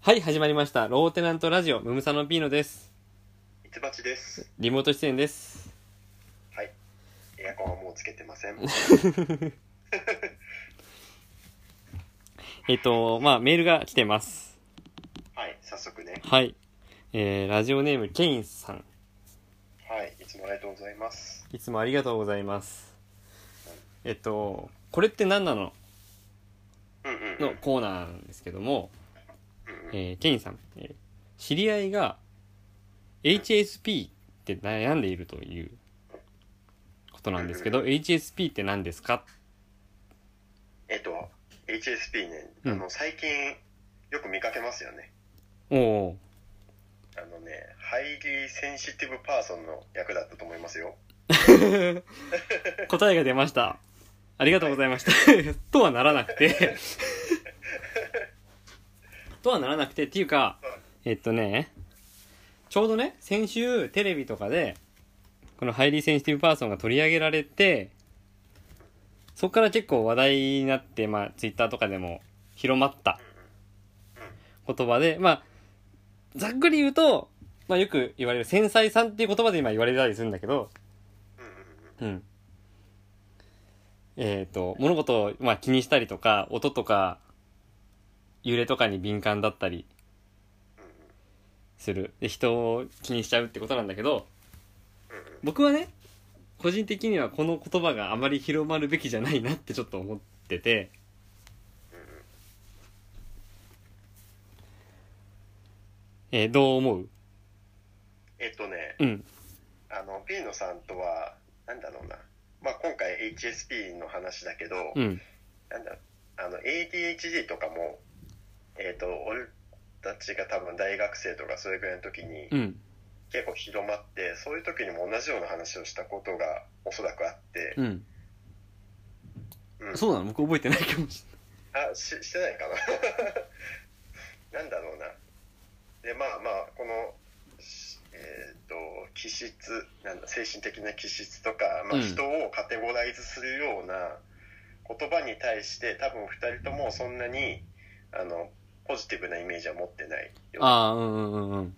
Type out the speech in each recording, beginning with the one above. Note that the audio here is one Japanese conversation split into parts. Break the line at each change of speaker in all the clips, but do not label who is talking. はい、始まりました。ローテナントラジオ、ムムサノピーノです。
ミツバチです。
リモート出演です。
はい。エアコンはもうつけて ません。
えっと、まあ、メールが来てます。
はい、早速ね。
はい。えー、ラジオネーム、ケインさん。
はい、いつもありがとうございます。
いつもありがとうございます。えっと、これって何なの
うんうんうん。
のコーナーなんですけども、
うんうん。
えー、ケインさん、えー知り合いが HSP って悩んでいるということなんですけど、HSP って何ですか
えっと、HSP ね、
うん
あの、最近よく見かけますよね。
おお
あのね、ハイリーセンシティブパーソンの役だったと思いますよ。
答えが出ました。ありがとうございました。 とはならなくて。とはならなくて、っていうか、えっとね、ちょうどね、先週テレビとかで、このハイリーセンシティブパーソンが取り上げられて、そこから結構話題になって、まあ、ツイッターとかでも広まった言葉で、まあ、ざっくり言うと、まあよく言われる繊細さんっていう言葉で今言われたりするんだけど、
うんうんう
う
ん。
ん。えっ、と、物事を、まあ、気にしたりとか、音とか、揺れとかに敏感だったりする。で、人を気にしちゃうってことなんだけど、僕はね、個人的にはこの言葉があまり広まるべきじゃないなってちょっと思ってて、えーどう思う
えっとね、
うん。
あの、ピーノさんとは、なんだろうな。まあ、今回 HSP の話だけど、
うん。
なんだあの ADHD とかもえっ、と俺たちが多分大学生とかそれぐらいの時に
うん。
結構広まってそういう時にも同じような話をしたことがおそらくあって、
うん。
うん
そうなの僕覚えてないかもし
あししてないかな なんだろうなでまあまあこのしえっ、と気質なんだ精神的な気質とか、
う
まあ、
ん
人をカテゴライズするような言葉に対して多分2人ともそんなにあのポジティブなイメージは持ってな
れ
いよ
ない。ああ、うんうんうんうん。
うんうん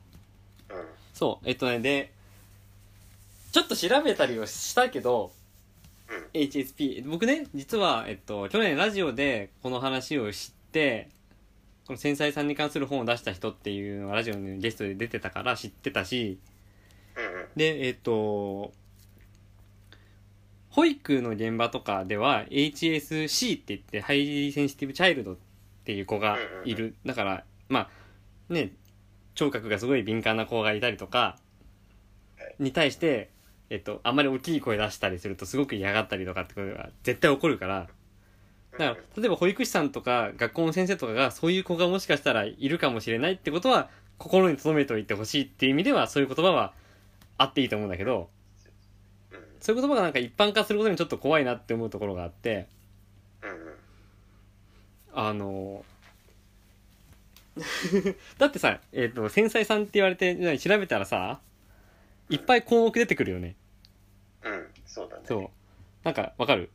そう、えっとね、で、ちょっと調べたりはしたけど、HSP、僕ね、実は、えっと、去年ラジオでこの話を知って、この繊細さんに関する本を出した人っていうのがラジオのゲストで出てたから知ってたし、
うんうん
で、えっと、保育の現場とかでは HSC って言って、ハイリーセンシティブチャイルドっていう子がいる。だから、まあ、ね、聴覚がすごい敏感な子がいたりとか
はい、
に対して、えっと、あんまり大きい声出したりするとすごく嫌がったりとかってことが絶対起こるから、だから、例えば保育士さんとか学校の先生とかがそういう子がもしかしたらいるかもしれないってことは、心に留めておいてほしいっていう意味では、そういう言葉はあっていいと思うんだけど、
うん
そういう言葉がなんか一般化することにちょっと怖いなって思うところがあって、
うんうん
あの だってさ、えっ、と、繊細さんって言われて、何調べたらさ、いっぱい項目出てくるよね。
うんそうだね
そう。なんか、わかる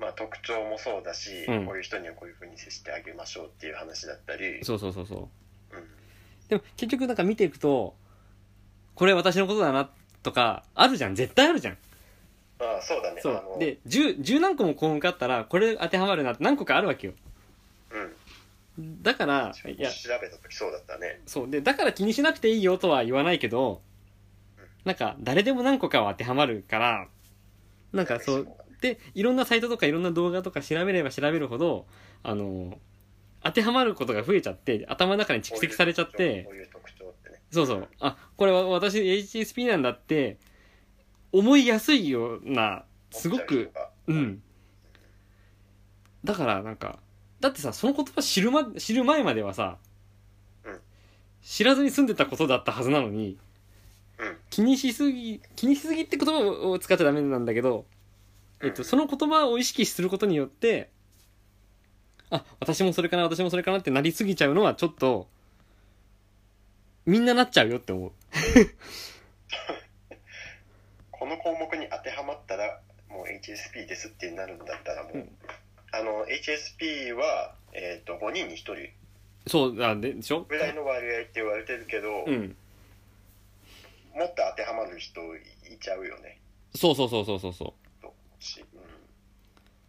まあ、特徴もそうだし、
うん
こういう人にはこういうふうに接してあげましょうっていう話だったり
そうそうそうそう。
うん
でも結局なんか見ていくと、これ私のことだなとか、あるじゃん。絶対あるじゃん。
まあそうだね
そ
あ
う。
の
で、10、10何個も項目あったら、これ当てはまるなって何個かあるわけよ。
うん
だから、いや、
調べた時そうだったね
そう。で、だから気にしなくていいよとは言わないけど、なんか、誰でも何個かは当てはまるから、なんかそう、で、いろんなサイトとかいろんな動画とか調べれば調べるほど、あの、当てはまることが増えちゃって、頭の中に蓄積されちゃって
こ、ういう特徴ってね
そうそう、あ、これは私 HSP なんだって、思いやすいような、すごく、う
思っちゃう人が
ん。だから、なんか、だってさ、その言葉知るま、知る前まではさ、
うん
知らずに住んでたことだったはずなのに、
うん
気にしすぎ、気にしすぎって言葉をを使っちゃダメなんだけど、えっと、その言葉を意識することによって、あ、私もそれかな、私もそれかなってなりすぎちゃうのはちょっと、みんななっちゃうよって思う。
この項目に当てはまったらもう HSP ですってなるんだったらもう、
うん
あの HSP は、えー、と5人に1人
そうあででしょ
ぐらいの割合って言われてるけど、
うん
もっと当てはまる人いちゃうよね
そうそうそうそうそうそう
とし、うん、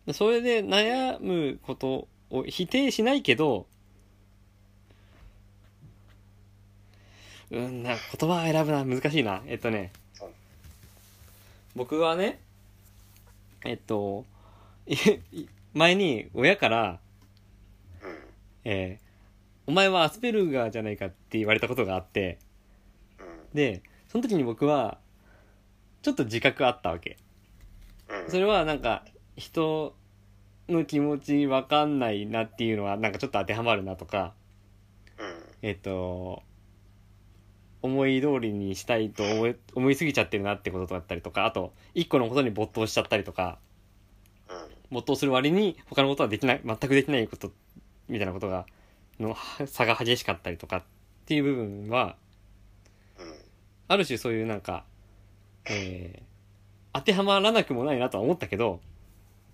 でそれで悩むことを否定しないけど、うんな、言葉を選ぶのは難しいな。えっとね
そう、
僕はね、えっと、 いい前に親から、
う
えーお前はアスペルガーじゃないかって言われたことがあって、
ん
で、その時に僕は、ちょっと自覚あったわけ。
うんうん
それはなんか人の気持ちわかんないなっていうのはなんかちょっと当てはまるなとか
う
えっと思い通りにしたいと思い思いすぎちゃってるなってことだったりとかあと一個のことに没頭しちゃったりとか
んうん
没頭する割に他のことはできない全くできないことみたいなことがのは差が激しかったりとかっていう部分は
うん
ある種そういうなんか、えー当てはまらなくもないなとは思ったけど、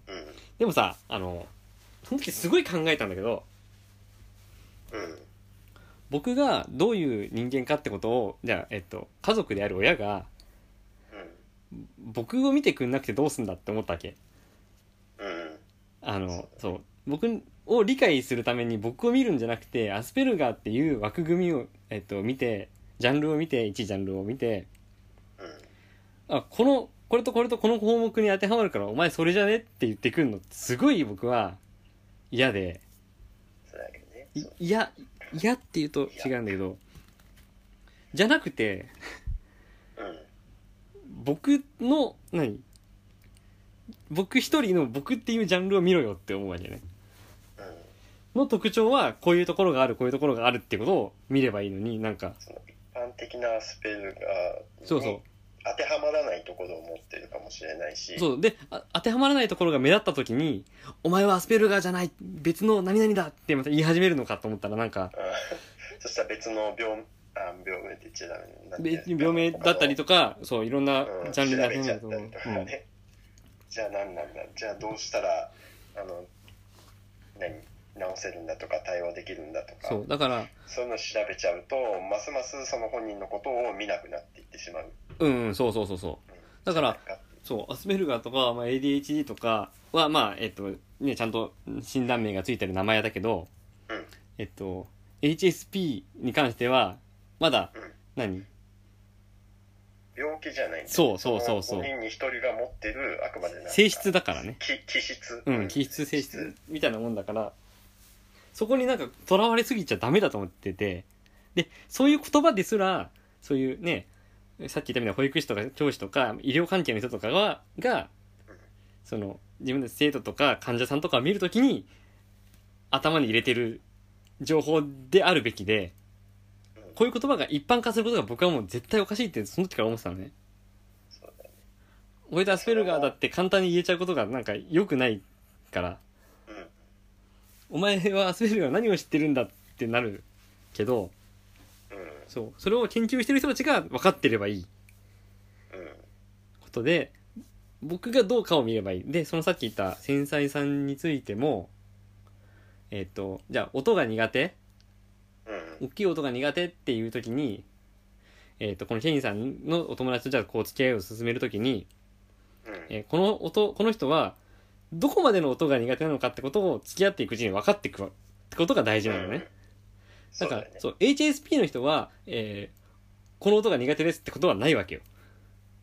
うん
でもさ、あの、その時すごい考えたんだけど、
うん
僕がどういう人間かってことを、じゃあ、えっと、家族である親が、僕を見てくんなくてどうすんだって思ったわけ。
うん
あの、そう。僕を理解するために僕を見るんじゃなくて、アスペルガーっていう枠組みを、えっと、見て、ジャンルを見て、一ジャンルを見て、
うん
あ、この、これとこれとこの項目に当てはまるから、お前それじゃねって言ってくんの、すごい僕は嫌で、
そうだけどね
い
そう
いや、いやって言うと違うんだけど、じゃなくて、
うん
僕の、何僕一人の僕っていうジャンルを見ろよって思うわけね。
うん
の特徴は、こういうところがある、こういうところがあるってことを見ればいいのに、なんか、
その一般的なアスペルが
そうそ
当てはまらないところを持ってるかもしれないし
う。そう。で、あ当てはまらないところが目立った時に、お前はアスペルガーじゃない別の何々だってまた言い始めるのかと思ったら、なんか、
うんそしたら別の病あ病名って言っちゃダメなんていう
別に病名だったりとか、そう、いろんな
うん
ジャンルに当ては
調べ
ま
ちゃ
る
っ
と
た
思う。
りとかね、じゃあ何なんだじゃあどうしたらあの何直せるんだとか対応できるんだとか
うんそう。だから、
そういうのを調べちゃうとますますその本人のことを見なくなっていってしまう、
うん、そうそうそうそう。
うん
だから
じゃない
そう、アスペルガーとか、まあ、ADHD とかは、まあ、えっと、ね、ちゃんと診断名がついてる名前だけど、
うん
えっと、HSP に関しては、まだ、
うん
何
病気じゃないんだよ
そうそうそうそう
の本人に一人が持ってるあくまでなんか
性質だからね。
き気質
うん、気質性質みたいなもんだから、そこになんか囚われすぎちゃダメだと思ってて、で、そういう言葉ですら、そういうね、さっき言ったみたいな保育士とか教師とか医療関係の人とかは、が
うん、
その、自分の生徒とか患者さんとかを見るときに、頭に入れてる情報であるべきで、
うん
こういう言葉が一般化することが僕はもう絶対おかしいってその時から思ってたのね。
そうだよね
俺とアスペルガーだって簡単に言えちゃうことがなんか良くないから、
うん
お前はアスペルガー何を知ってるんだってなるけど、
う
そう、それを研究してる人たちが分かってればいい
んうん
ことで、僕がどうかを見ればいい。で、そのさっき言った繊細さんについても、えっ、と、じゃあ音が苦手
うん
大きい音が苦手っていう時に、えっ、と、このケインさんのお友達とじゃあこう付き合いを進める時に、
うん
えーこの音、この人は、どこまでの音が苦手なのかってことを付き合っていくうちに分かっていくわってことが大事なのね。
う
だ
ん
から、
そ
そうう、HSP の人は、えーこの音が苦手ですってことはないわけよ。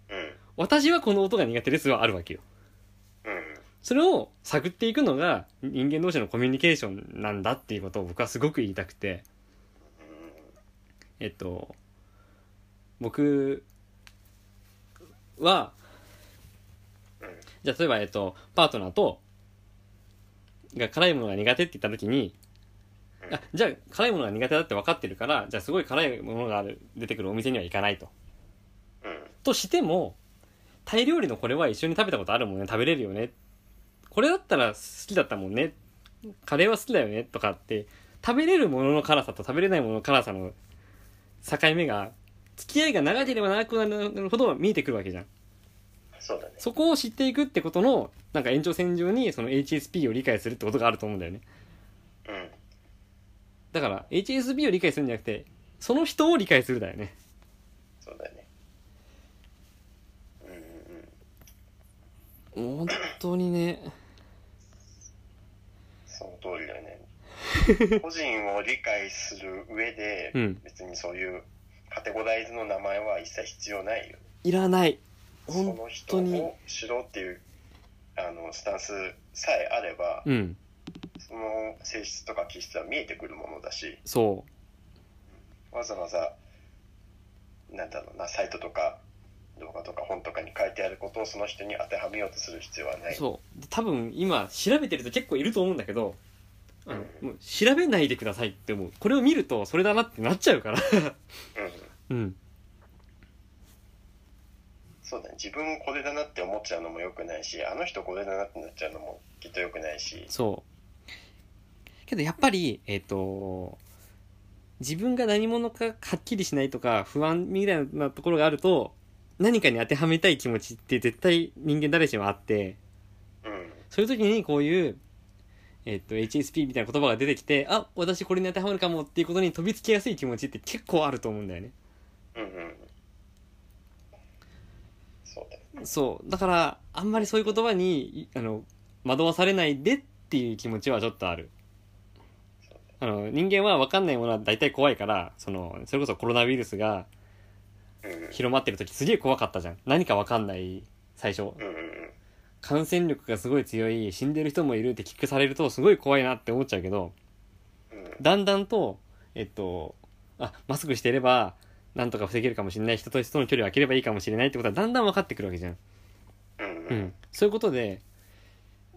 だよね
私はこの音が苦手ですはあるわけよ。
うん
それを探っていくのが人間同士のコミュニケーションなんだっていうことを僕はすごく言いたくて、えっと、僕は、
うんうん
じゃあ例えば、えっと、パートナーと、が辛いものが苦手って言った時に、
うん
あじゃあ辛いものが苦手だって分かってるから、じゃあすごい辛いものがある出てくるお店には行かないと。
うん
としてもタイ料理のこれは一緒に食べたことあるもんね食べれるよねこれだったら好きだったもんねカレーは好きだよねとかって食べれるものの辛さと食べれないものの辛さの境目が付き合いが長ければ長くなるほど見えてくるわけじゃん
そうだね
そこを知っていくってことのなんか延長線上にその HSP を理解するってことがあると思うんだよね
うん
だから HSB を理解するんじゃなくてその人を理解するだよね
そうだねうんうんうん
本当にね
その通りだよ ね個人を理解する上で、
うん
別にそういうカテゴライズの名前は一切必要ないよね
いらない
そ
本
の人
当に
を知ろうっていうあのスタンスさえあれば、
うん
その性質とか気質は見えてくるものだし
そ
わざわざなんだろうなサイトとか動画とか本とかに書いてあることをその人に当てはめようとする必要はな
う
い
そうで多分今調べてる人結構いると思うんだけどあの
うん
もう調べないでくださいって思うこれを見るとそれだなってなっちゃうから
うん、
うん
そうだね自分これだなって思っちゃうのも良くないしあの人これだなってなっちゃうのもきっと良くないし
そうけどやっぱりえっ、と自分が何者かはっきりしないとか不安みたいなところがあると何かに当てはめたい気持ちって絶対人間誰しもあって
うん
そういう時にこういう、えっと HSP みたいな言葉が出てきてあ私これに当てはまるかもっていうことに飛びつきやすい気持ちって結構あると思うんだよね
うんうんそうだね
そうだからあんまりそういう言葉にいあの惑わされないでっていう気持ちはちょっとある
そうだね
あの人間は分かんないものは大体怖いからそのそれこそコロナウイルスが
うんうん
広まってる時すげえ怖かったじゃん何か分かんない最初
うんうん
感染力がすごい強い死んでる人もいるって聞くされるとすごい怖いなって思っちゃうけど
うん
だんだんとえっとあマスクしていればなんとか防げるかもしれない人と人との距離を空ければいいかもしれないってことはだんだん分かってくるわけじゃん
うん
う
うんん、
そういうことで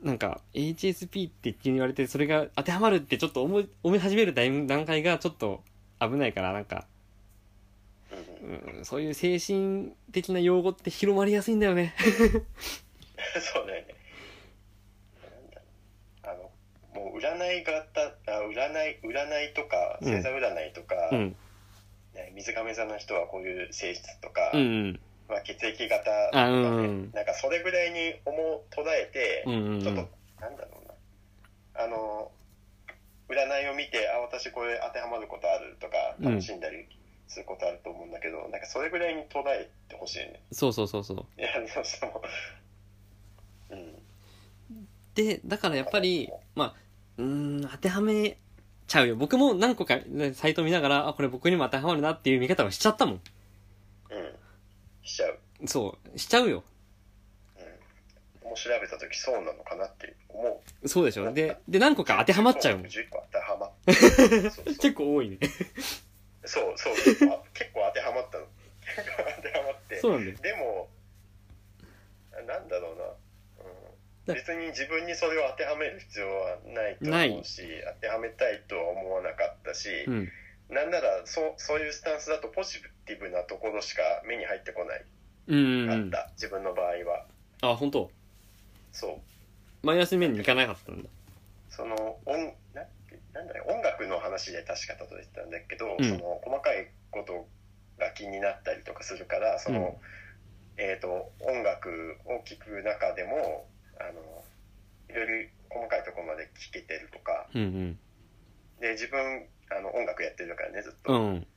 なんか HSP って急に言われてそれが当てはまるってちょっと思い思い始める段階がちょっと危ないからなんか、
うん
うん、そういう精神的な用語って広まりやすいんだよね
そうだよね。なんだろうあの、もう占いがあった、あ占い、占いとか、
うん
星座占いとか、
うん
ね水亀座の人はこういう性質とか、
うんうん
まあ、血液型とか、ね
あうんうん
なんかそれぐらいに思う、捉えて、
うんうんうん
ちょっと、なんだろうな、あの、占いを見て、あ、私これ当てはまることあるとか、
うん
楽しんだりすることあると思うんだけど、なんかそれぐらいに捉えてほしいね。
そうそうそうそう
いや、どうしても。うん。
でだからやっぱりまあうーん当てはめちゃうよ僕も何個かねサイト見ながらあこれ僕にも当てはまるなっていう見方をしちゃったもん
うん。しちゃう。
そうしちゃうよ
うん。もう調べた時そうなのかなって思う。
そうでしょでで何個か当てはまっちゃうもん
10個当てはまって。そうそう
結構多いね
そうそう 結構結構当てはまったの。 結構当てはまって。
そうなんだよ
でも、なんだろうな。う
だ
ん、別に自分にそれを当てはめる必要はないと思うし、当てはめたいとは思わなかったし、
うん
なんならそそういうスタンスだとポジティブなところしか目に入ってこない
うんうんう
かっ
ん
た、自分の場合は。
あ本当
そう
マイナス面に行かなかったんだ
その音ななんだろう音楽の話で確か例えてたんだけど、
うん
その細かいことが気になったりとかするからその、えー、と音楽を聴く中でもあのより細かいところまで聴けてるとか
うん
で自分あの音楽やってるからねずっ
う
と、
んうん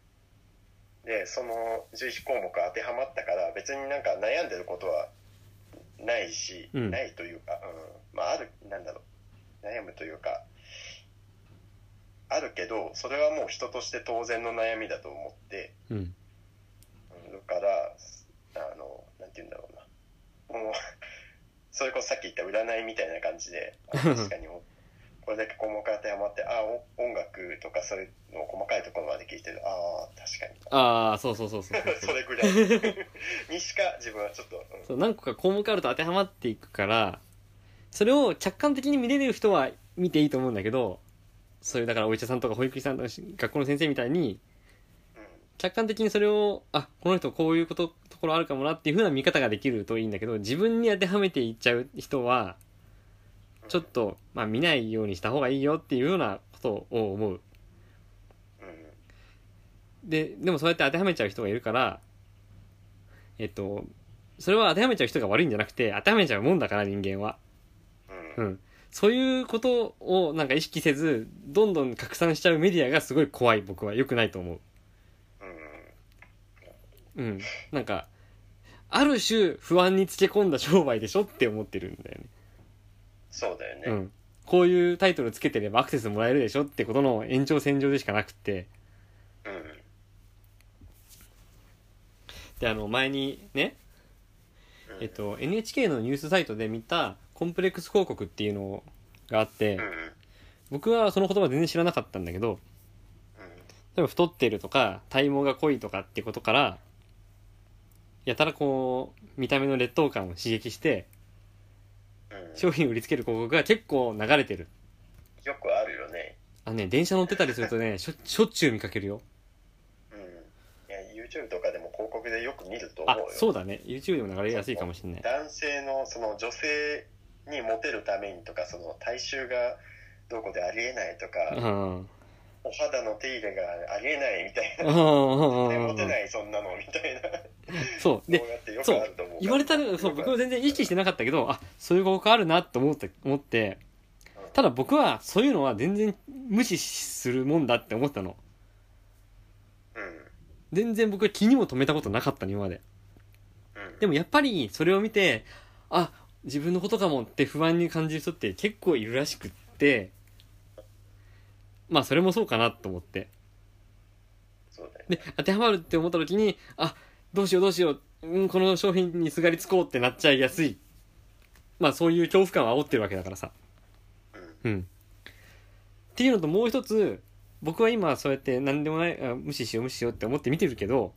でその11項目当てはまったから別になんか悩んでることはないし、
うん
ないというか、うんまあ、あるなんだろう悩むというかあるけどそれはもう人として当然の悩みだと思って、
うん
うん、だからあのなんて言うんだろうなもうそれこそさっき言った占いみたいな感じで あ確かにもうこれだけ項目当てはまってあお音楽とかそういうの細かいところまで聞いてるああ確かに
ああそうそうそう そうそう
それぐらいにしか自分はちょっと、うん
そう何個か項目あると当てはまっていくからそれを客観的に見れる人は見ていいと思うんだけどそういうだからお医者さんとか保育士さんとかし学校の先生みたいに
う
客観的にそれをあこの人こういうことところあるかもなっていう風な見方ができるといいんだけど自分に当てはめていっちゃう人は
ん
ちょっ、と、まあ、見ないようにした方がいいよっていうようなことを思う
うん
ででもそうやって当てはめちゃう人がいるからえっとそれは当てはめちゃう人が悪いんじゃなくて当てはめちゃうもんだから人間は
う
うんんそういうことをなんか意識せず、どんどん拡散しちゃうメディアがすごい怖い僕は良くないと思う。
うん
うん。なんか、ある種不安につけ込んだ商売でしょって思ってるんだよね。
そうだよね、
うん。こういうタイトルつけてればアクセスもらえるでしょってことの延長線上でしかなくって。
うん
で、あの、前にね、
うん
えっと、NHK のニュースサイトで見たコンプレックス広告っていうのがあって
うんうん、
僕はその言葉全然知らなかったんだけど、例えば太ってるとか体毛が濃いとかってことからやたらこう見た目の劣等感を刺激して
うんうん
商品を売りつける広告が結構流れてる
よくあるよね
あのね電車乗ってたりするとねしょしょっちゅう見かけるよ
うんいや YouTube とかでも広告でよく見ると思
あ
うよ
そうだね YouTube でも流れやすいかもしれない
男性のその女性にモテるためにとかその体臭がどうこうでありえないとか、
うん
お肌の手入れがありえないみたいな、モテないそんなのみたいな
そうで
こうやってよくあると思うから
言われたらそう僕も全然意識してなかったけどあそういう広告あるなと思って思ってただ僕はそういうのは全然無視するもんだって思ったの
うんうん
全然僕は気にも留めたことなかったの今まで
うん
でもやっぱりそれを見てあ自分のことかもって不安に感じる人って結構いるらしくってまあそれもそうかなと思って
そうだよね
で当てはまるって思った時にあどうしようどうしよう、うん、この商品にすがりつこうってなっちゃいやすいまあそういう恐怖感を煽ってるわけだからさ
うん
うん。っていうのともう一つ、僕は今そうやって何でもない、あ無視しよう無視しようって思って見てるけど、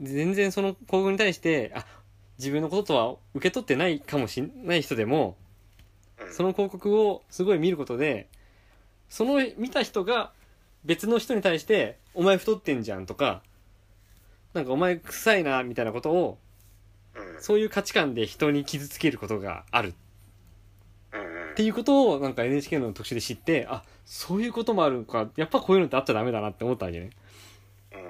全然その広告に対して、あ、自分のこととは受け取ってないかもしれない人でも、
うんうん
その広告をすごい見ることで、その見た人が別の人に対して、お前太ってんじゃんとか、なんかお前臭いなみたいなことを、
うん
そういう価値観で人に傷つけることがある
うんうん
っていうことをなんか NHK の特集で知ってあそういうこともあるのかやっぱこういうのってあっちゃダメだなって思ったわけね
うん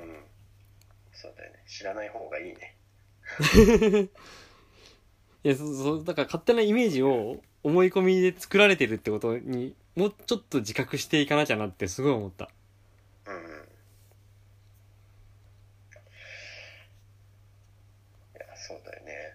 そうだよね知らない方がいいね
いやそそだから勝手なイメージを思い込みで作られてるってことにもうちょっと自覚していかなきゃなってすごい思った
うんうんいやそうだよね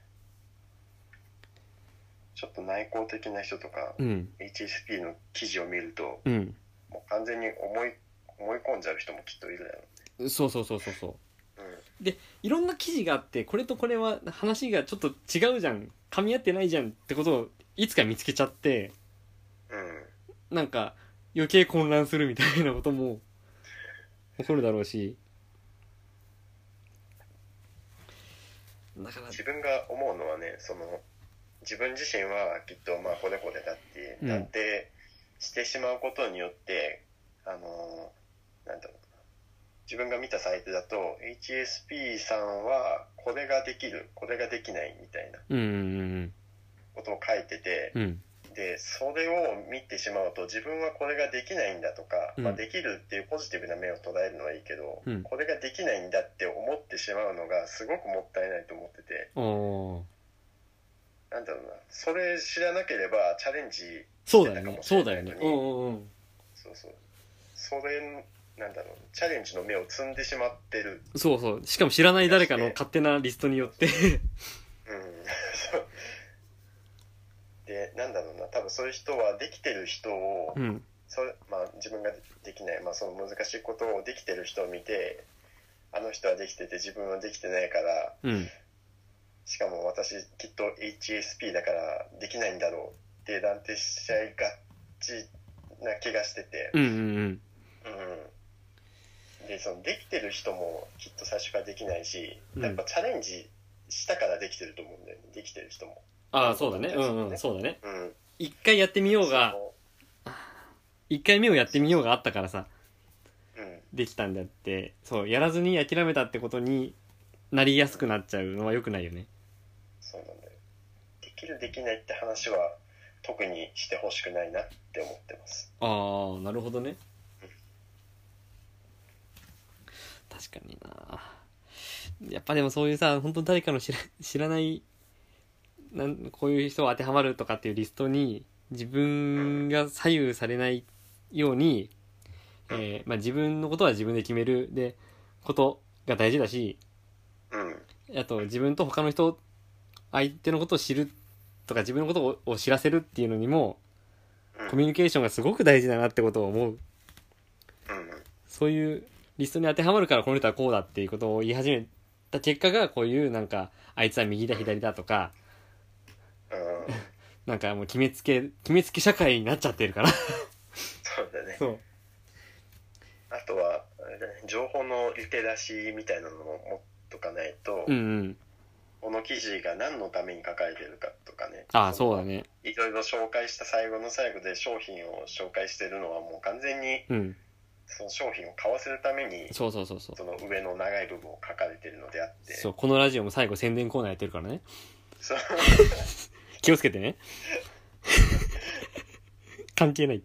ちょっと内向的な人とか
うん
HSP の記事を見ると
うん
もう完全に思い思い込んじゃう人もきっといるだろ
そうそうそうそうそう
うね
いろんな記事があってこれとこれは話がちょっと違うじゃん噛み合ってないじゃんってことをいつか見つけちゃって
うんうん
なんか余計混乱するみたいなことも起こるだろうしだから
自分が思うのはねその自分自身はきっとまあこれこれだって
うん
断定してしまうことによって、あのーなんだろうな自分が見たサイトだと HSP さんはこれができるこれができないみたいな
うんうん
ことを書いてて
うんうん
でそれを見てしまうと自分はこれができないんだとか、
うん
まあ、できるっていうポジティブな目を捉えるのはいいけど、
うん
これができないんだって思ってしまうのがすごくもったいないと思ってて。
うんおー
なんだろうな、それ知らなければチャレンジ、
そうだよねそうだよねうんうんうん
そうそう、それ、なんだろう、チャレンジの目を積んでしまってる。
そうそうしかも知らない誰かの勝手なリストによって
うん。 そうで、なんだろうな、多分そういう人はできてる人を、
うん
それまあ、自分ができない、まあ、その難しいことをできてる人を見て、あの人はできてて自分はできてないから、
うん
しかも私きっと HSP だからできないんだろうって断定しちゃいがちな気がしてて。
うんうんうん
うんでそのできてる人もきっと最初からできないし、
うん
やっぱチャレンジしたからできてると思うんだよねできてる人も、
ああそうだねうんうんそうだね
うん、
一回やってみようが
そ
一回目をやってみようがあったからさ
のうん
できたんだってそうやらずに諦めたってことになりやすくなっちゃうのは良くないよね
そうなんだよできるできないって話は特にしてほしくないなって思ってます
ああなるほどね確かになやっぱでもそういうさ本当に誰かの知ら知らないなんこういう人は当てはまるとかっていうリストに自分が左右されないように、えーまあ、自分のことは自分で決めるでことが大事だし
うん
あと自分と他の人相手のことを知るとか自分のことをを知らせるっていうのにも
うん
コミュニケーションがすごく大事だなってことを思う
うん
そういうリストに当てはまるからこの人はこうだっていうことを言い始めた結果がこういうなんかあいつは右だ左だとか
うん
なんかもう決めつけ決めつけ社会になっちゃってるから
そうだ ね
そう
あとはあれだね情報のリテラシーみたいなのも持っとかないと、
うんうん
この記事が何のために書かれてるかとかね
ああそうだね
いろいろ紹介した最後の最後で商品を紹介してるのはもう完全に
うん
その商品を買わせるために
そうそうそうそう
その上の長い部分を書かれてるのであって
そうこのラジオも最後宣伝コーナーやってるからね
そう
気をつけてね 関係ない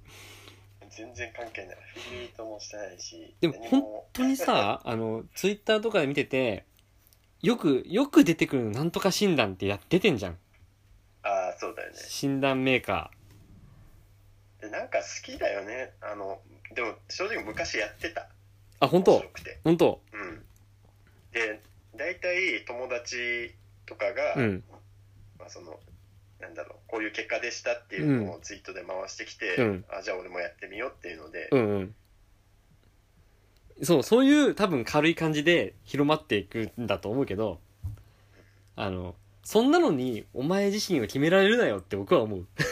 全然関係ないフリートもしてないし
でも
何
本当にさあのツイッターとかで見ててよくよく出てくるのなんとか診断ってや出てんじゃん
ああそうだよね
診断メーカ
でなんか好きだよねあのでも正直昔やってた
ーあ本
面
当
白くて
本当
うんで大体友達とかが、
うん
まあ、そのなんだろうこういう結果でしたっていうのをツイートで回してきて、
うん
あじゃあ俺もやってみようっていうので、
うんうんそうそういう多分軽い感じで広まっていくんだと思うけどあのそんなのにお前自身は決められるなよって僕は思う
そ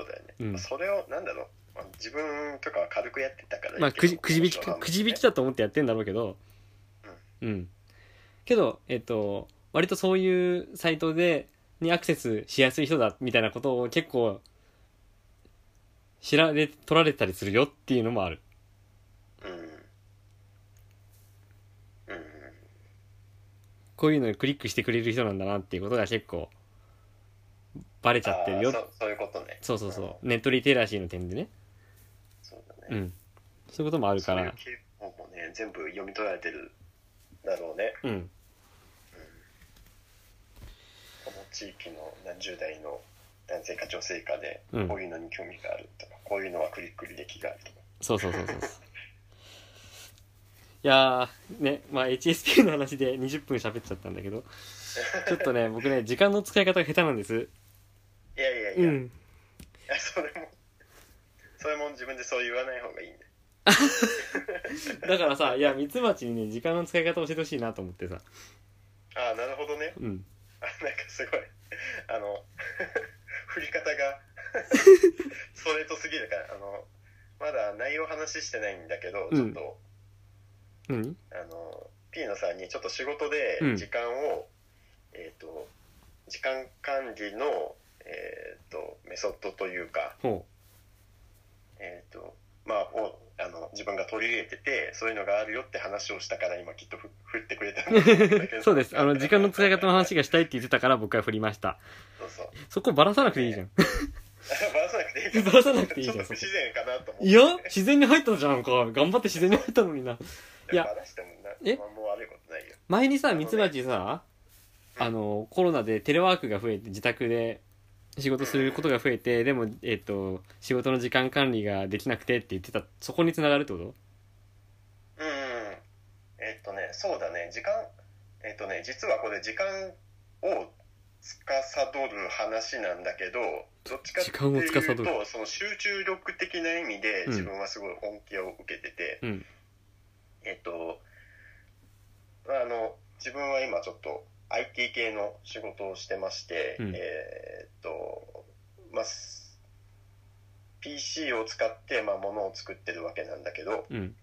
うだよね、
うん
まあそれをなんだろう、まあ、自分とかは軽くやってたからいいけど
まあくじくじ引き
面白
か
い
くじ引きだと思ってやってんだろうけどうんけどえっと割とそういうサイトでにアクセスしやすい人だみたいなことを結構知られ取られたりするよっていうのもある
うんうんうん
こういうのにクリックしてくれる人なんだなっていうことが結構バレちゃってるよ
あーそうそういうことね
そうそうそうネットリテラシーの点でね
そうだ
う
ね、
んそういうこともあるか
そうい
ら
う傾向もね全部読み取られてるだろうね
うん
この地域の何十代の男性か女性かで
うん
こういうのに興味があるとか、こういうのはクリック履歴があるとか
そうそうそうそうそういやーねまあ HSP の話で20分喋っちゃったんだけどちょっとね僕ね時間の使い方が下手なんです
いやいやいや、
う
い
ん
やそれもそれも自分でそう言わない方がいいね
だからさいやミツバチにね時間の使い方教えてほしいなと思ってさ
ああなるほどね
うん
あ なんかすごいあの 振り方が ストレートすぎるからあのまだ内容話してないんだけど、
うん
ちょ
何
っとあの P のさんにちょっと仕事で
うん
時間を、えっ、と時間管理のえっ、とメソッドというか
ほ
えっ、とまあをあの自分が取り入れててそういうのがあるよって話をしたから今きっとふ振ってくれたんだけ
う
ど
そうですあの時間の使い方の話がしたいって言ってたから僕は振りました
そうそう
そこばらさなくていいじゃん
バラさなくていいか
バラさなくていいじゃん
ちょっと不自然かなと思って
いや自然に入ったじゃんか頑張って自然に入ったのにない
や、バラしてもな、
え
まあ、もう悪いことないよ。
前にさミツバチさあのコロナでテレワークが増えて自宅で仕事することが増えてでも、えっと仕事の時間管理ができなくてって言ってたそこにつながるってこと
うんうん。えっとね、そうだね、時間、えっとね、実はこれ時間を司る話なんだけど、どっちかって
時間を司
いう
る
と、その集中力的な意味で
うん
自分はすごい恩恵を受けてて、
うん
えっと、あの、自分は今ちょっと IT 系の仕事をしてまして、
うん
えっと、まあ、す PC を使って、まあ、ものを作ってるわけなんだけど、
うん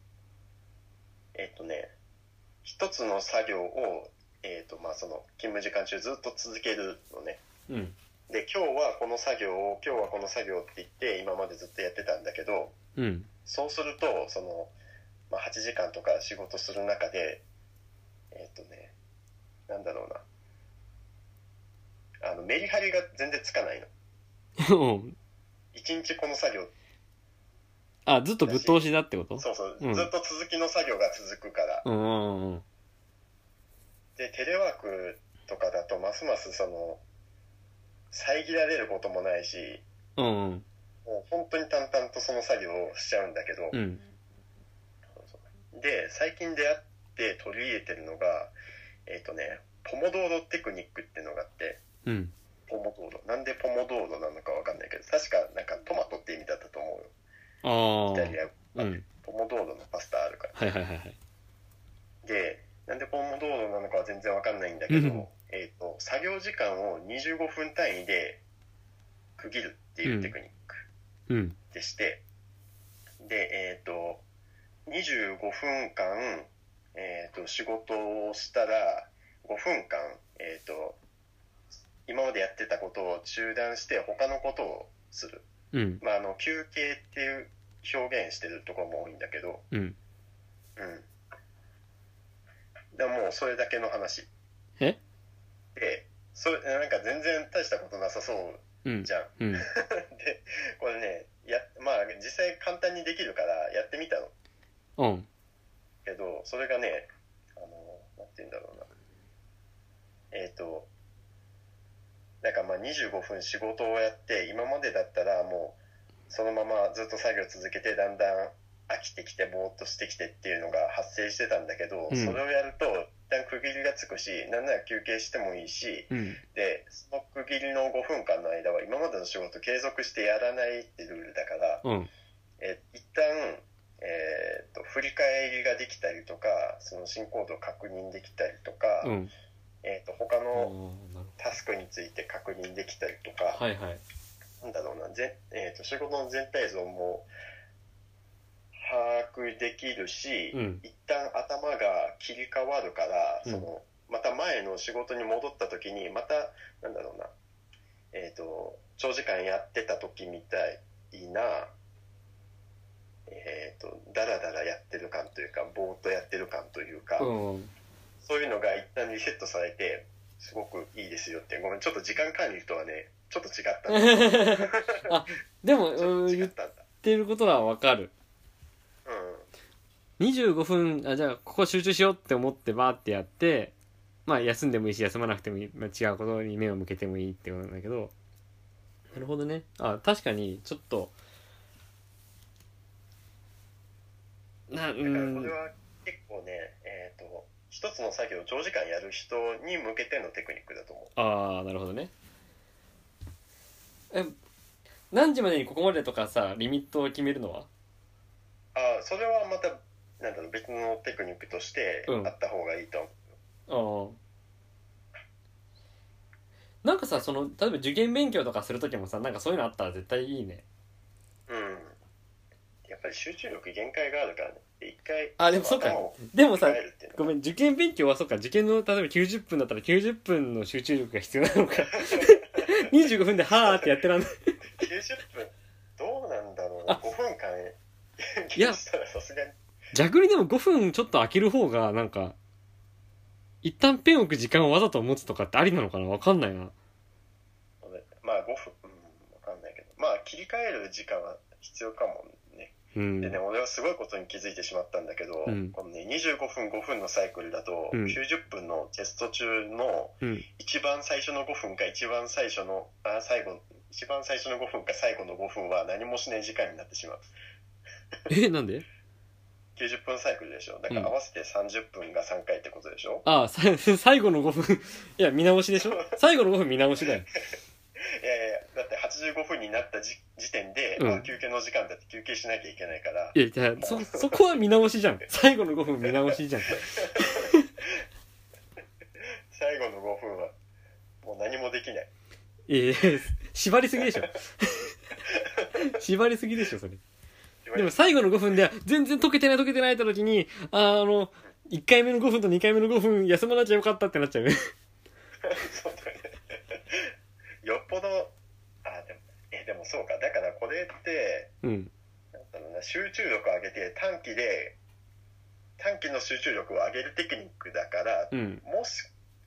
えっとね、一つの作業を、えっと、まあ、その、勤務時間中ずっと続けるのね。
うん
で、今日はこの作業を、今日はこの作業って言って、今までずっとやってたんだけど、
うん
そうすると、その、まあ、8時間とか仕事する中で、えっとね、なんだろうな。あの、メリハリが全然つかないの。
うん
一日この作業、
あずっとぶっ通しだってこと
そうそう、
うん
ずっと続きの作業が続くから、
うんうんうん
でテレワークとかだとますますその遮られることもないし、
うんうん
もう本当に淡々とその作業をしちゃうんだけど、
うん
で、最近出会って取り入れてるのが、えっ、とね、ポモドーロテクニックっていうのがあって、
うん
ポモドーロ。なんでポモドーロなのかわかんないけど、確かなんかトマトって意味だったと思うよ。
ああ
イタリア、
うん
ポモドーロのパスタあるから。
はいはいはいはい
で、なんでポモドーロなのかは全然わかんないんだけど、
うん
えっ、と、作業時間を25分単位で区切るっていうテクニック
うん
でして、で、えっ、と、25分間、えっ、と、仕事をしたら、5分間、えっ、と、今までやってたことを中断して他のことをする。
うん
まあ、あの休憩っていう表現してるところも多いんだけど、
うん
うん、でもうそれだけの話
え
でそれなんか全然大したことなさそう
うん
じゃん
うん
でこれねやまあ実際簡単にできるからやってみたの
うん
けどそれがねあのなんて言うんだろうなえっ、となんかまあ25分仕事をやって今までだったらもうそのままずっと作業続けてだんだん飽きてきてぼーっとしてきてっていうのが発生してたんだけど、
うん
それをやると一旦区切りがつくしなんなら休憩してもいいし
うん
でその区切りの5分間の間は今までの仕事継続してやらないってルールだから、
うん
えー一旦、えー、と振り返りができたりとかその進行度を確認できたりとか、
うん
えー、と他
ああなる
の
ほど
タスクについて確認できたりとか、
はいはい
なんだろうなぜ、えー、と仕事の全体像も把握できるし、
うん
一旦頭が切り替わるから、
うん
そのまた前の仕事に戻った時にまたなんだろうな、えー、と長時間やってた時みたいな、えー、とダラダラやってる感というかぼーっとやってる感というか、
うん
そういうのが一旦リセットされてすごくいいですよってごめんちょっと時間管理とはねちょっと違 ったんだ
あで も
ちょ
う
っ
ん
と違
言
っ
った
んだ。
てることはわかる
うん
25分あじゃあここ集中しようって思ってバーってやってまあ休んでもいいし休まなくてもいい、まあ、違うことに目を向けてもいいってことなんだけどなるほどねあ確かにちょっとなう
だからこ
ん
れは結構ね、えー、と一つの作業を長時間やる人に向けてのテクニックだと思
ああなるほどねえ何時までにここまでとかさリミットを決めるのは
うああそれはまたなんだろう別のテクニックとして
うん
あった方がいいと思
あ
う、
あなんかさその例えば受験勉強とかする時もさなんかそういうのあったら絶対いいね
うんやっぱり集中力限界があるからねで一回
あでもそうか
頭を
でも
振
さ
り返るっていうの
ご
が
めん受験勉強はそうか受験の例えば90分だったら90分の集中力が必要な のか25分ではーってやってらんない
90分どうなんだろう
あ
な5分間休憩したらさすがに
逆にでも5分ちょっと空ける方がなんか一旦ペン置く時間をわざと持つとかってありなのかなわかんないな
まあ5分うんわかんないけどまあ切り替える時間は必要かもね
うん
でね、俺はすごいことに気づいてしまったんだけど、
うん
このね、25分、5分のサイクルだと、
うん
90分のテスト中の
うん
一番最初の5分か一番最初の、あ、最後、一番最初の5分か最後の5分は何もしない時間になってしまう。
えなんで
90分サイクルでしょ。だから
うん
合わせて30分が3回ってことでしょ。
ああさ 最後の5分いや見直しでしょ最後の5分見直しだよ
いやいや、だって85分になった時時点で、
うん
あ休憩の時間だって休憩しなきゃいけないから
い、やいやそそこは見直しじゃん最後の5分見直しじゃん
最後の5分はもう何もできない。
いやいや縛りすぎでしょ縛りすぎでしょそれでも最後の5分で全然解けてない解けてないって時にあーあの1回目の5分と2回目の5分休まなきゃよかったってなっちゃう
そうだね。 よっぽど、あ、でも、え、でもそうか。だからこれって、
うん
なんだろうな、集中力を上げて短期で、短期の集中力を上げるテクニックだから、
うん
もし、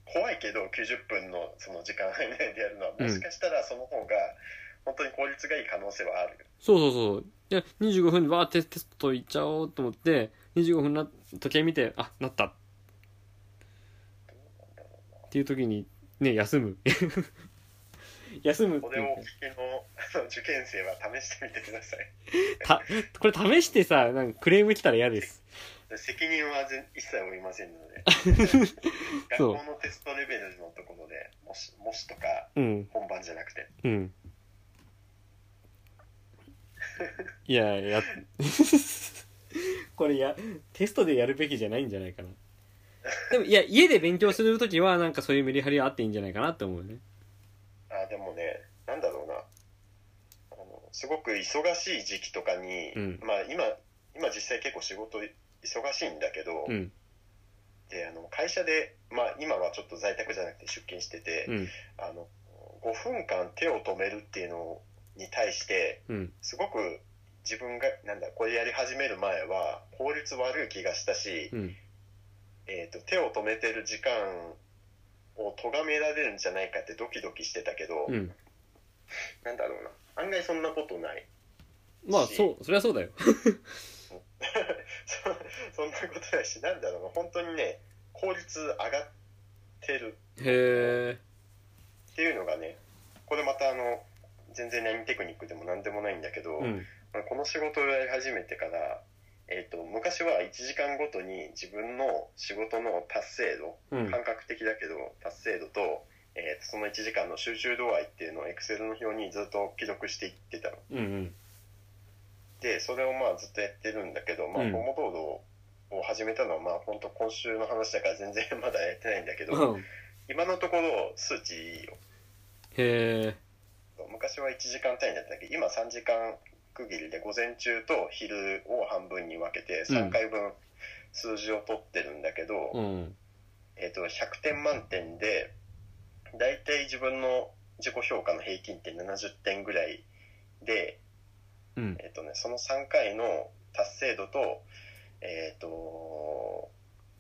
怖いけど90分のその時間以内でやるのは、もしかしたらその方が、本当に効率がいい可能性はある。
そうそうそういや25分でわーってテストいっちゃおうと思って25分な時計見てあなったっていう時にね休むい休むって
こ
い
れ
う
をお
か
聞きのあの受験生は試してみてください。
たこれ試してさなんかクレーム来たら嫌です
責任は全一切負いませんので学
そう
校のテストレベルのところでもしもしとか
うん
本番じゃなくて
うんいやや これやテストでやるべきじゃないんじゃないかなでもいや家で勉強する時はなんかそういうメリハリはあっていいんじゃないかなって思うよね
あでもねなんだろうなあのすごく忙しい時期とかに、
うん
まあ今今実際結構仕事忙しいんだけど、
うん
であの会社で、まあ、今はちょっと在宅じゃなくて出勤してて、
うん
あの5分間手を止めるっていうのに対して
うん
すごく自分がなんだこれやり始める前は効率悪い気がしたし、
うん
えー、と手を止めてる時間を咎められるんじゃないかってドキドキしてたけど、
うん
なんだろうな案外そんなことない
まあそうそりゃそうだよ
そそんなことないしなんだろうな本当にね効率上がってる
へえ
っていうのがねこれまたあの全然何テクニックでも何でもないんだけど、
うん
まあこの仕事をやり始めてから、えー、と昔は1時間ごとに自分の仕事の達成度
うん
感覚的だけど達成度と,、えーとその1時間の集中度合いっていうのをエクセルの表にずっと記録していってたの
うんうん
でそれをまあずっとやってるんだけど、まあ、
うん
ポモドーロを始めたのはまあ本当今週の話だから全然まだやってないんだけど
うんへ
今のところ数値いいよ
え
昔は1時間単位だったけど今3時間区切りで午前中と昼を半分に分けて3回分数字を取ってるんだけど、
うん
えっと100点満点で大体自分の自己評価の平均って70点ぐらいで、
うん
えっとね、その3回の達成度と,、えっと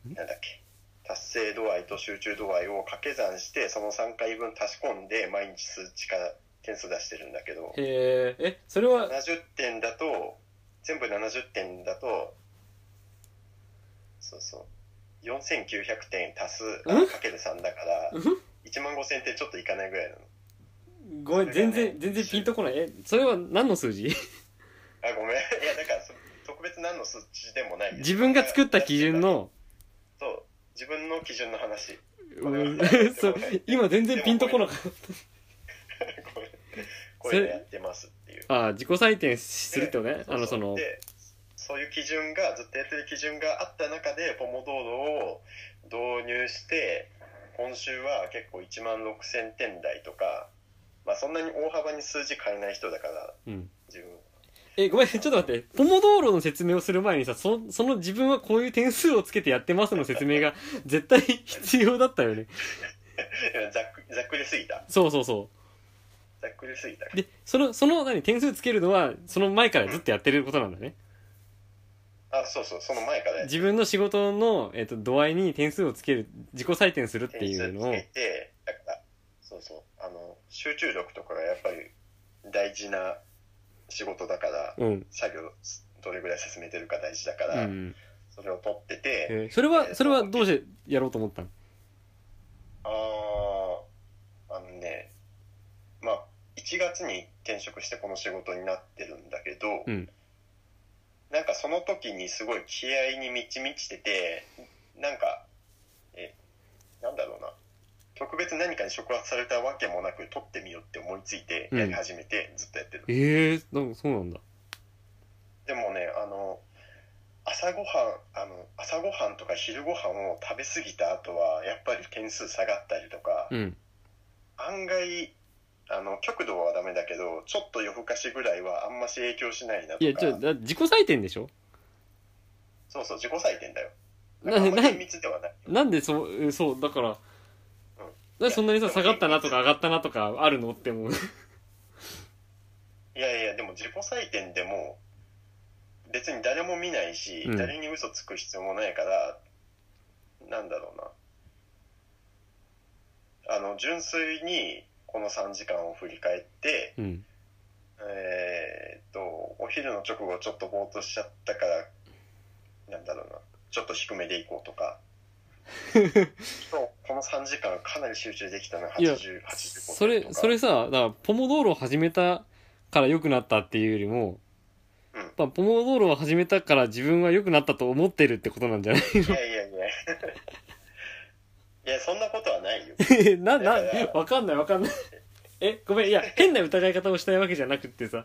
ん
なんだっけ達成度合いと集中度合いを掛け算してその3回分足し込んで毎日数値化点数出してるんだけど
へええそれは
70点だと全部70点だとそうそう4900点足す
うん
かける3だから
うん
1万5000点ちょっといかないぐらいなの
ごめん全然全然ピンとこないえそれは何の数 字
あごめんいやだからそ特別何の数値でもないです
自分が作った基準の
そう自分の基準の話
うん そう今全然ピンとこなかっ
これこれでやってますっていう
たああ自己採点するってことね
そう
あのその
でそういう基準がずっとやってる基準があった中でポモドーロを導入して今週は結構1万6000点台とか、まあ、そんなに大幅に数字変えない人だから
うん
自分
えごめんちょっと待ってポモ道路の説明をする前にさそその自分はこういう点数をつけてやってますの説明が 絶対必要だったよね
ざっくざっくりすぎた
そうそうそ
ざっくりすぎた
うでそのその何点数つけるのはその前からずっとやってることなんだね
あそうそうその前からやって
自分の仕事の、えっと度合いに点数をつける自己採点するって
点
い
数
う
つ
のを
けてだからそうそうあの集中力とかがやっぱり大事な仕事だから
うん
作業どれぐらい進めてるか大事だか
う
ら、
ん
それを取ってて、
えーそれはそれはどうしてやろうと思ったの
あああのねまあ1月に転職してこの仕事になってるんだけど、
うん
なんかその時にすごい気合に満ち満ちててなんかえなんだろうな特別何かに触発されたわけもなく取ってみようって思いついてやり始めてずっとやってる、
ええなんかそうなんだ
でもねあの朝ごはんあの朝ごはんとか昼ごはんを食べ過ぎた後はやっぱり点数下がったりとか、
うん
案外あの極度はダメだけどちょっと夜更かしぐらいはあんまし影響しないなとか
いやじゃあだ自己採点でしょ
そうそう自己採点だよ
な
なんかあん
な
まり厳密ではない
なんでそううんそうだからなんでそんなにさ下がったなとか上がったなとかあるのって思う
いやいやでも自己採点でも別に誰も見ないし、
うん
誰に嘘つく必要もないからなんだろうなあの純粋にこの3時間を振り返って
うん
えーっとお昼の直後ちょ っとぼーっとしちゃったからなんだろうなちょっと低めでいこうとか今日この3時間かなり集中できたな、
いや
80、85
それ、それさ、だから、ポモドーロを始めたから良くなったっていうよりも、
うん
まあ、ポモドーロを始めたから自分は良くなったと思ってるってことなんじゃない
いやいやいや。いや、そんなことはないよ。
な、な、わかんないわかんない。え、ごめん、いや、変な疑い方をしたいわけじゃなくってさ。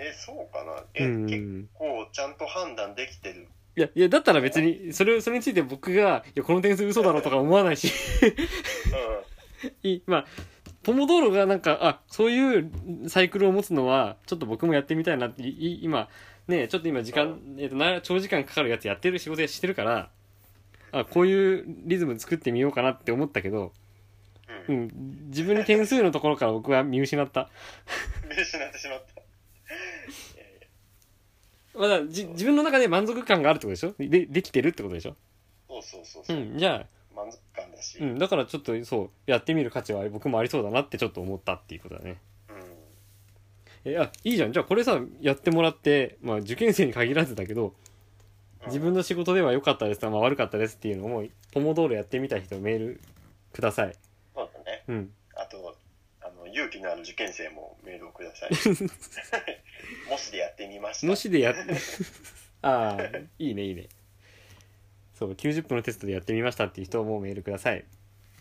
え、そうかなえ、
うん
結構ちゃんと判断できてる。
いや、いや、だったら別に、それ、それについて僕が、いや、この点数嘘だろとか思わないし、
う
いいまあ、ポモドーロがなんか、あ、そういうサイクルを持つのは、ちょっと僕もやってみたいなって、いい今、ね、ちょっと今時
う。
間、えっと、な長時間かかるやつやってる仕事やしてるから、あ、こういうリズム作ってみようかなって思ったけど、うん
うん。
ん、自分に点数のところから僕は見失った。
見失ってしまった。
まだ、じ、自分の中で満足感があるってことでしょで、できてるってことでしょ
そうそうそう
う
そう、
ん、じゃあ、
満足感だし。
うん、だからちょっと、そう、やってみる価値は僕もありそうだなってちょっと思ったっていうことだね。
うん
えあいいじゃんじゃあこれさやってもらって、まあ、受験生に限らずだけど自分の仕事では良かったですとか、まあ、悪かったですっていうのをもうポモドールやってみた人メールください
そうだね。
うん
あと、あの、勇気のある受験生もメールをく ださい。 もしでやってみました。
もしでやっ ああいいねいいねそう90分のテストでやってみましたっていう人もメールください、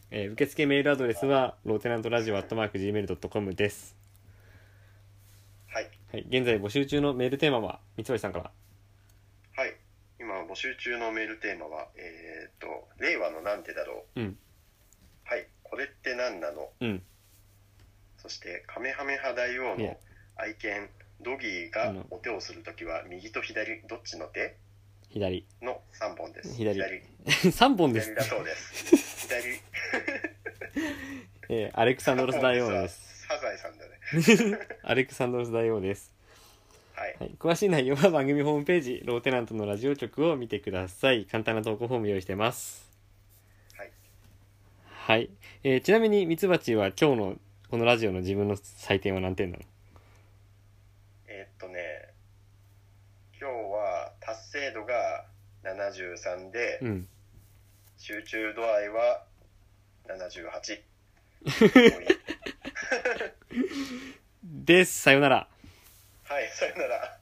えー受付メールアドレスはローテナントラジオアットマーク Gmail.com です、
はい。
はい、現在募集中のメールテーマは三橋さんから
はい。今募集中のメールテーマは、えーっと、令和のなんてだろう。
うん
はい。これって何なの
うん
そして、カメハメハ大王
ね
の愛犬、ドギーがお手をするときは、右と左、どっちの手
左
の3本です。
左
左
3本です
左だそうです。 左。
えーアレクサンドロス大王です
サザエさんだね。
アレクサンドロス大王です、
はい
は。い、詳しい内容は番組ホームページローテナントのラジオ局を見てください簡単な投稿フォーム用意してます
はい。
はい、えーちなみにミツバチは今日のこのラジオの自分の採点は何点なの
えーっとね、今日は達成度が73で、
うん
集中度合いは78。
ですさようなら
はい、さよなら。